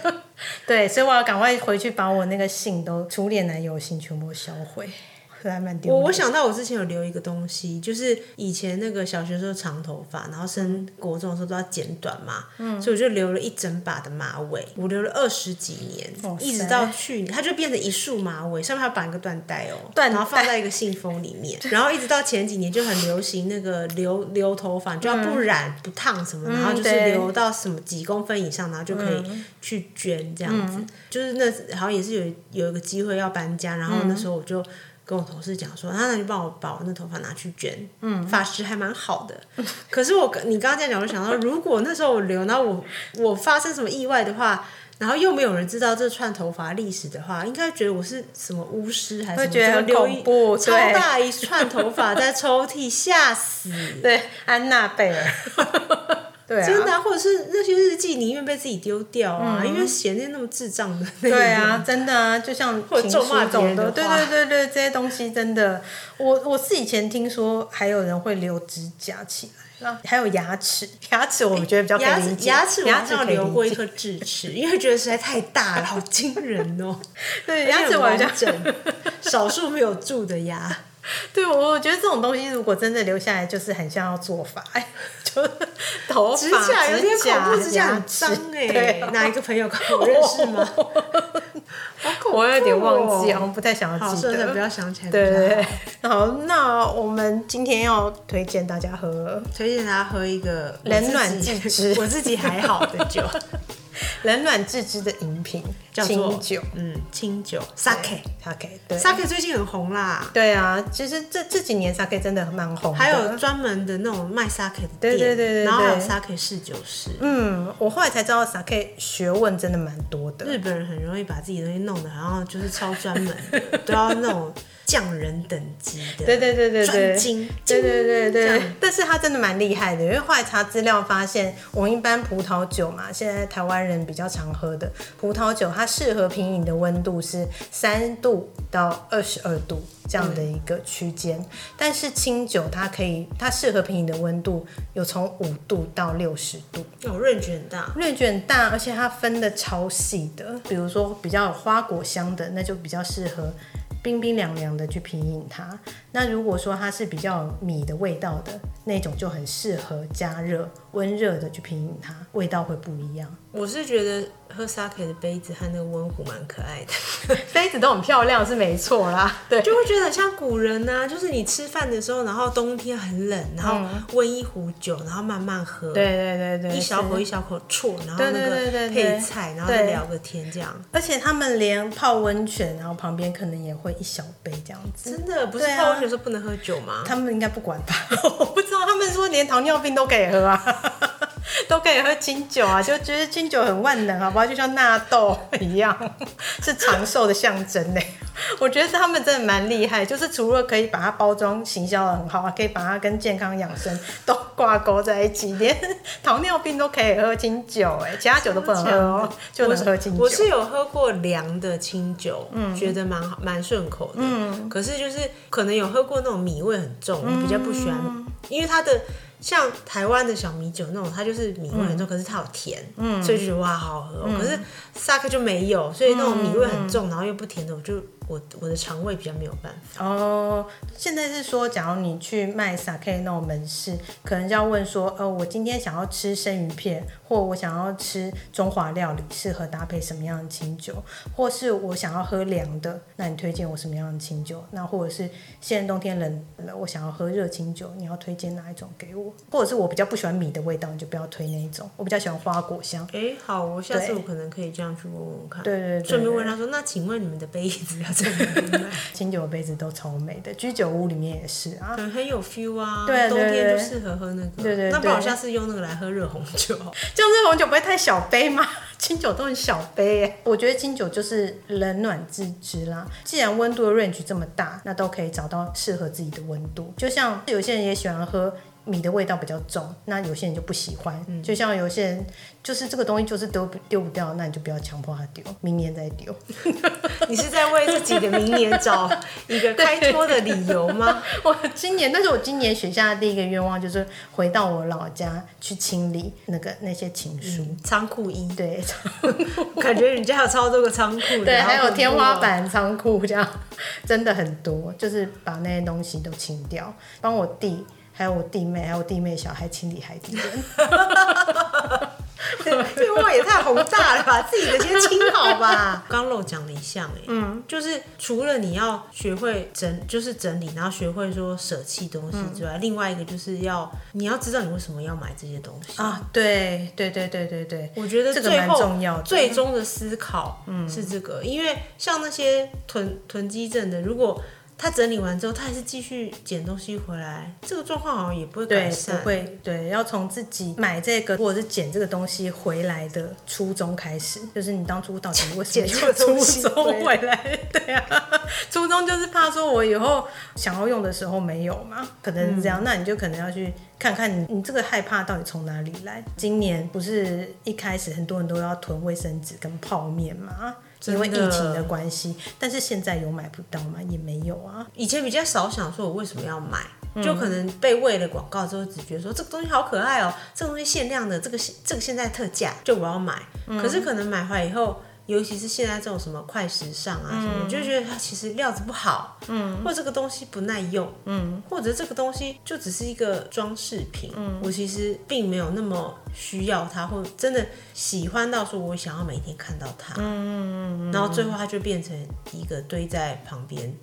对，所以我要赶快回去把我那个信都初恋男友的信全部销毁。还蛮丢我脸。 我想到我之前有留一个东西，就是以前那个小学时候长头发，然后升国中的时候都要剪短嘛，嗯所以我就留了一整把的马尾，我留了二十几年哇，塞一直到去年，它就变成一束马尾，上面还绑一个缎带哦，缎带然后放在一个信封里 面，然后一直到前几年就很流行那个留留头发，就要不嗯染不烫什么，然后就是对嗯留到什么几公分以上，然后就可以去捐这样子，就是那好像也是有有一个机会要搬家，然后嗯那时候我就。跟我同事讲说，他那就帮我把我那头发拿去卷，嗯，发质还蛮好的。可是我你刚刚这样讲，我就想到，如果那时候我留，然后我我发生什么意外的话，然后又没有人知道这串头发历史的话，应该觉得我是什么巫师还是会什么，觉得怎么很留恐一怖，超对大一串头发在抽屉，吓死！对，安娜贝尔，对啊，嗯真的啊、或者是那些日记，你宁愿被自己丢掉啊，因为写那些那么智障的内容。对啊，真的啊，就像或者情咒书骂这种别人的，的对话对对对，这些东西真的，我我是以前听说还有人会留指甲起来，那还有牙齿，牙齿我觉得比较可哎牙以齿理解，牙齿我牙好齿像可以留理过一解颗智齿， 因为觉得实在太大了，好惊 人哦！对而且牙齿很我好像完整， 少数没有蛀的牙。 对，我我觉得这种东西如果真的留下来，就是很像要做法， 哎就是头发、指甲有点恐怖，指甲牙很齿脏哎、对啊哪一个朋友跟 我认识 吗？哦好恐怖、哦我有点忘记，好，像不太想要 好，记算了，不得。要想起来。对不要对对，好，那我们今天要推荐大家喝推荐大家喝一个冷暖自知 我自己还好的 酒，冷暖自知的饮品，叫做清酒。，嗯，清酒 sake。 OK，对 sake 最近很红啦，对啊，其实这这几年 sake 真的蛮红的，还有专门的那种卖 sake 的店，对对对对然后还有对 sake 侍酒师。嗯，我后来才知道 sake 学问真的蛮多的，日本人很容易把自己的东西弄得好像就是超专门 的，都要那种匠人等级的，对对对对对，专精，对对对这对样。但是它真的蛮厉害的，因为后来查资料发现，我们一般葡萄酒嘛，现在台湾人比较常喝的葡萄酒，它适合品饮的温度是三度到二十二度这样的一个区间，但是清酒它可以，它适合品饮的温度有从五度到六十度。有润卷哦大，内卷大，而且它分的超细的，比如说比较有花果香的，那就比较适合冰冰凉凉的去品饮它。那如果说它是比较有米的味道的那种，就很适合加热温热的去品饮它，味道会不一样。我是觉得喝 sake 的杯子和那个温壶蛮可爱的， 杯子都很漂亮是没错啦，对就会觉得很像古人呐、就是你吃饭的时候，然后冬天很冷，然后温一壶酒，然后慢慢喝，嗯对对对对，一小口是一小口啜，然后对对那对对个对配菜，然后再对聊个天，这样而且他们连泡温泉，然后旁边可能也会一小杯这样子。真的不是对啊泡温泉说不能喝酒吗？他们应该不管吧？ 我不知道，他们说连糖尿病都可以喝啊， 都可以喝清酒啊，就觉得清酒很万能，好不好？就像纳豆一样， 是长寿的象征呢。我觉得他们真的蛮厉害，就是除了可以把它包装行销的很好，啊还可以把它跟健康养生都挂钩在一起，连糖尿病都可以喝清酒，哎，其他酒都不能喝哦，就能喝清酒嗯我。是有喝过凉的清酒，觉得蛮好蛮顺口的。可是就是可能有喝过那种米味很重，嗯我比较不喜欢，因为它的像台湾的小米酒那种，它就是米味很嗯重，可是它有甜，所以就觉得哇好好喝哦、可是萨克就没有，所以那种米味很嗯重，然后又不甜的，我就我我的肠胃比较没有办法。哦，现在是说，假如你去卖 sake 那种门市，可能就要问说，呃，我今天想要吃生鱼片，或我想要吃中华料理，适合搭配什么样的清酒，或是我想要喝凉的，那你推荐我什么样的清酒？那或者是现在冬天冷了，我想要喝热清酒，你要推荐哪一种给我？或者是我比较不喜欢米的味道，你就不要推那一种，我比较喜欢花果香。哎、好，我下次对我可能可以这样去问问看。对对对顺便问对他说，那请问你们的杯子要在哪里买？清酒的杯子都超美的，居酒屋里面也是啊。可能很有 feel 啊，对冬天对就适合喝那个。对对那不然我对下次用那个来喝热红酒。 这样热红酒不会太小杯吗？ 清酒都很小杯耶，我觉得清酒就是冷暖自知啦。既然温度的 range 这么大，那都可以找到适合自己的温度。就像有些人也喜欢喝。米的味道比较重，那有些人就不喜欢。就像有些人就是这个东西就是丢不丢不掉，那你就不要强迫他丢，明年再丢。你是在为自己的明年找一个开脱的理 由吗？我今年，但是我今年许下的第一个愿望就是回到我老家去清理那个那些情书。仓库一，对， 感觉人家有超多个仓库的，对，好还有恐怖天花哦。板、仓库这样，真的很多，就是把那些东西都清掉，帮我弟、还有我弟妹、还有我弟妹小孩清理孩子 间。 这愿望也太宏大了吧，自己的先清好 吧。刚漏讲了一项、哎，嗯，就是除了你要学会整，就是整理，然后学会说舍弃东西之嗯外，另外一个就是要你要知道你为什么要买这些东西。啊，对对对对对对，我觉得这个最蛮后重要的最终的思考嗯是这个，因为像那些囤囤积症的，如果他整理完之后，他还是继续捡东西回来，这个状况好像也不会对改不善。会对，要从自己买这个或者是捡这个东西回来的初衷开始，就是你当初到底为什么捡这要个初东西衷回回来？ 对啊，初衷就是怕说我以后想要用的时候没有嘛，可能是这嗯样，那你就可能要去。看看你你这个害怕到底从哪里来？今年不是一开始很多人都要囤卫生纸跟泡面嘛，因为疫真的情的关系，但是现在有买不到吗？也没有啊。以前比较少想说我为什么要买，就可嗯能被喂了广告之后，只觉得说这个东西好可爱哦、这个东西限量的，这个现这个现在特价，就我要买。嗯可是可能买回来以后。尤其是现在这种什么快时尚啊什嗯么，就觉得它其实料子不好，嗯，或者这个东西不耐用，嗯，或者这个东西就只是一个装饰品，嗯，我其实并没有那么需要它，或真的喜欢到说我想要每天看到它，嗯然后最后它就变成一个堆在旁边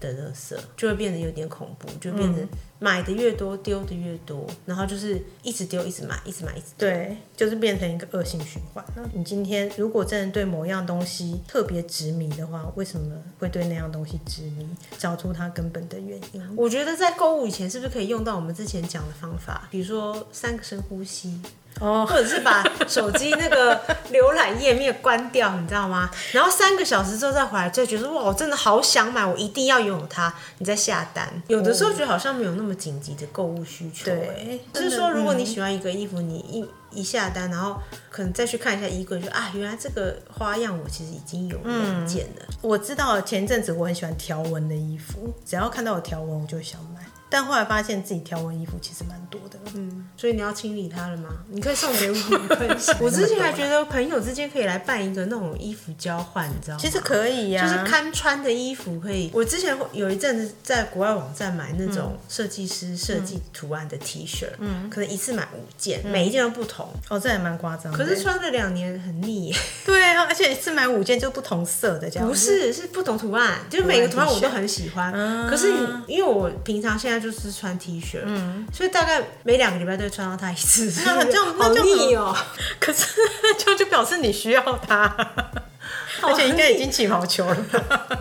的垃圾，就会变得有点恐怖，就变成买的越多丢的越多，然后就是一直丢，一直买，一直买，一直丢。对，就是变成一个恶性循环了。你今天如果真的对某样东西特别执迷的话，为什么会对那样东西执迷？找出它根本的原因。我觉得在购物以前，是不是可以用到我们之前讲的方法，比如说三个深呼吸，哦，或者是把手机那个浏览页面关掉，你知道吗？然后三个小时之后再回来，就觉得哇，我真的好想买，我一定要拥有它，你再下单。有的时候觉得好像没有那么紧急的购物需求、对哎就是说如果你喜欢一个衣服，你一一下单，然后可能再去看一下衣柜，就啊，原来这个花样我其实已经有两件了。我知道前一阵子我很喜欢条纹的衣服，只要看到有条纹我就会想买，但后来发现自己条纹衣服其实蛮多的。所以你要清理它了吗？你可以送给我没关系。 我之前还觉得朋友之间可以来办一个那种衣服交换，你知道吗？其实可以呀、就是看穿的衣服可以。我之前有一阵子在国外网站买那种设计师设计图案的 T 恤，嗯，可能一次买五件，嗯每一件都不同。哦，这还蛮夸张的。可是穿了两年很腻耶，对啊，而且一次买五件就不同色的这样。不是是不同图案，就是每个图案我都很喜欢。啊可是因为我平常现在就是穿 T 恤，嗯，所以大概每两个礼拜都会穿到它一次。 那这样那这样好腻哦、可是 就就表示你需要 它，哦而且应该已经起毛球了吧。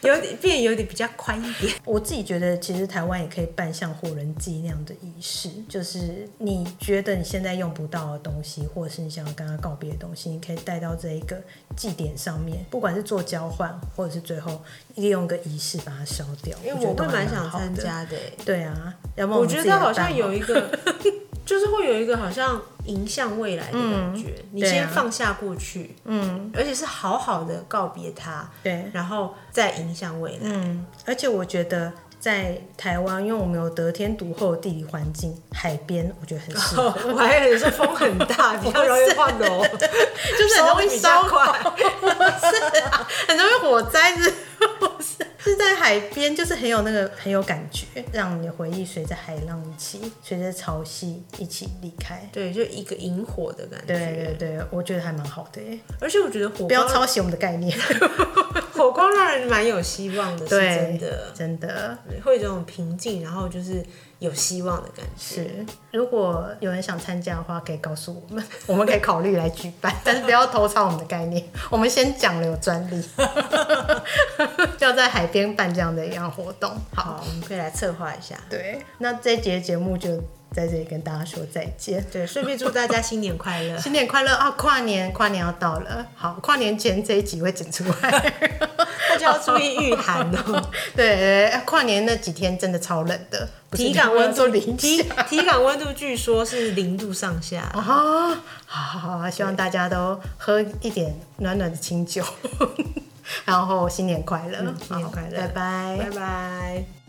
有点变有点比较宽一 点。我自己觉得，其实台湾也可以办像火人祭那样的仪式，就是你觉得你现在用不到的东西，或者是你想要跟他告别的东西，你可以带到这一个祭典上面，不管是做交换，或者是最后利用个仪式把它烧掉。因为觉我得都会还蛮蛮想好参的。加的耶、对啊，要不然我们觉自己得来好办像好有一个， 就是会有一个好像迎向未来的感觉。你对啊先放下过去，嗯，而且是好好的告别它，对，然后再迎向未来。嗯，而且我觉得。在台湾，因为我们有得天独厚的地理环境，海边我觉得很适合， 我还有说风很 大，比较容易换 楼，就是很容易烧手比较快。 是啊，很容易火灾是不是？是在海边，就是很有那个很有感觉，让你的回忆随着海浪一起，随着潮汐一起离开。对，就一个引火的感对觉。对对，我觉得还蛮好的耶，而且我觉得火不要光，抄袭我们的概念。火光让人蛮有希望的，是真对的，真的会有这种平静，然后就是有希望的感觉。是。如果有人想参加的话，可以告诉我们， 我们可以考虑来举办，但是不要偷抄我们的概念。我们先讲了有专利， 要在海边办这样的一样活动。好。好，我们可以来策划一下。对，那这一节节目就在这里跟大家说再见，对，顺便祝大家新年 快乐。新哦 年快乐啊！跨年，跨年要到了，好，跨年前这一集会剪出来。大家要注意 御寒哦，对对，对跨年那几天真的超冷的，不是体感温度零下体体感温度据说是零度上下。啊，好好好好，希望大家都喝一点暖暖的 清酒，然后新年快乐，嗯新年快乐好拜拜拜拜。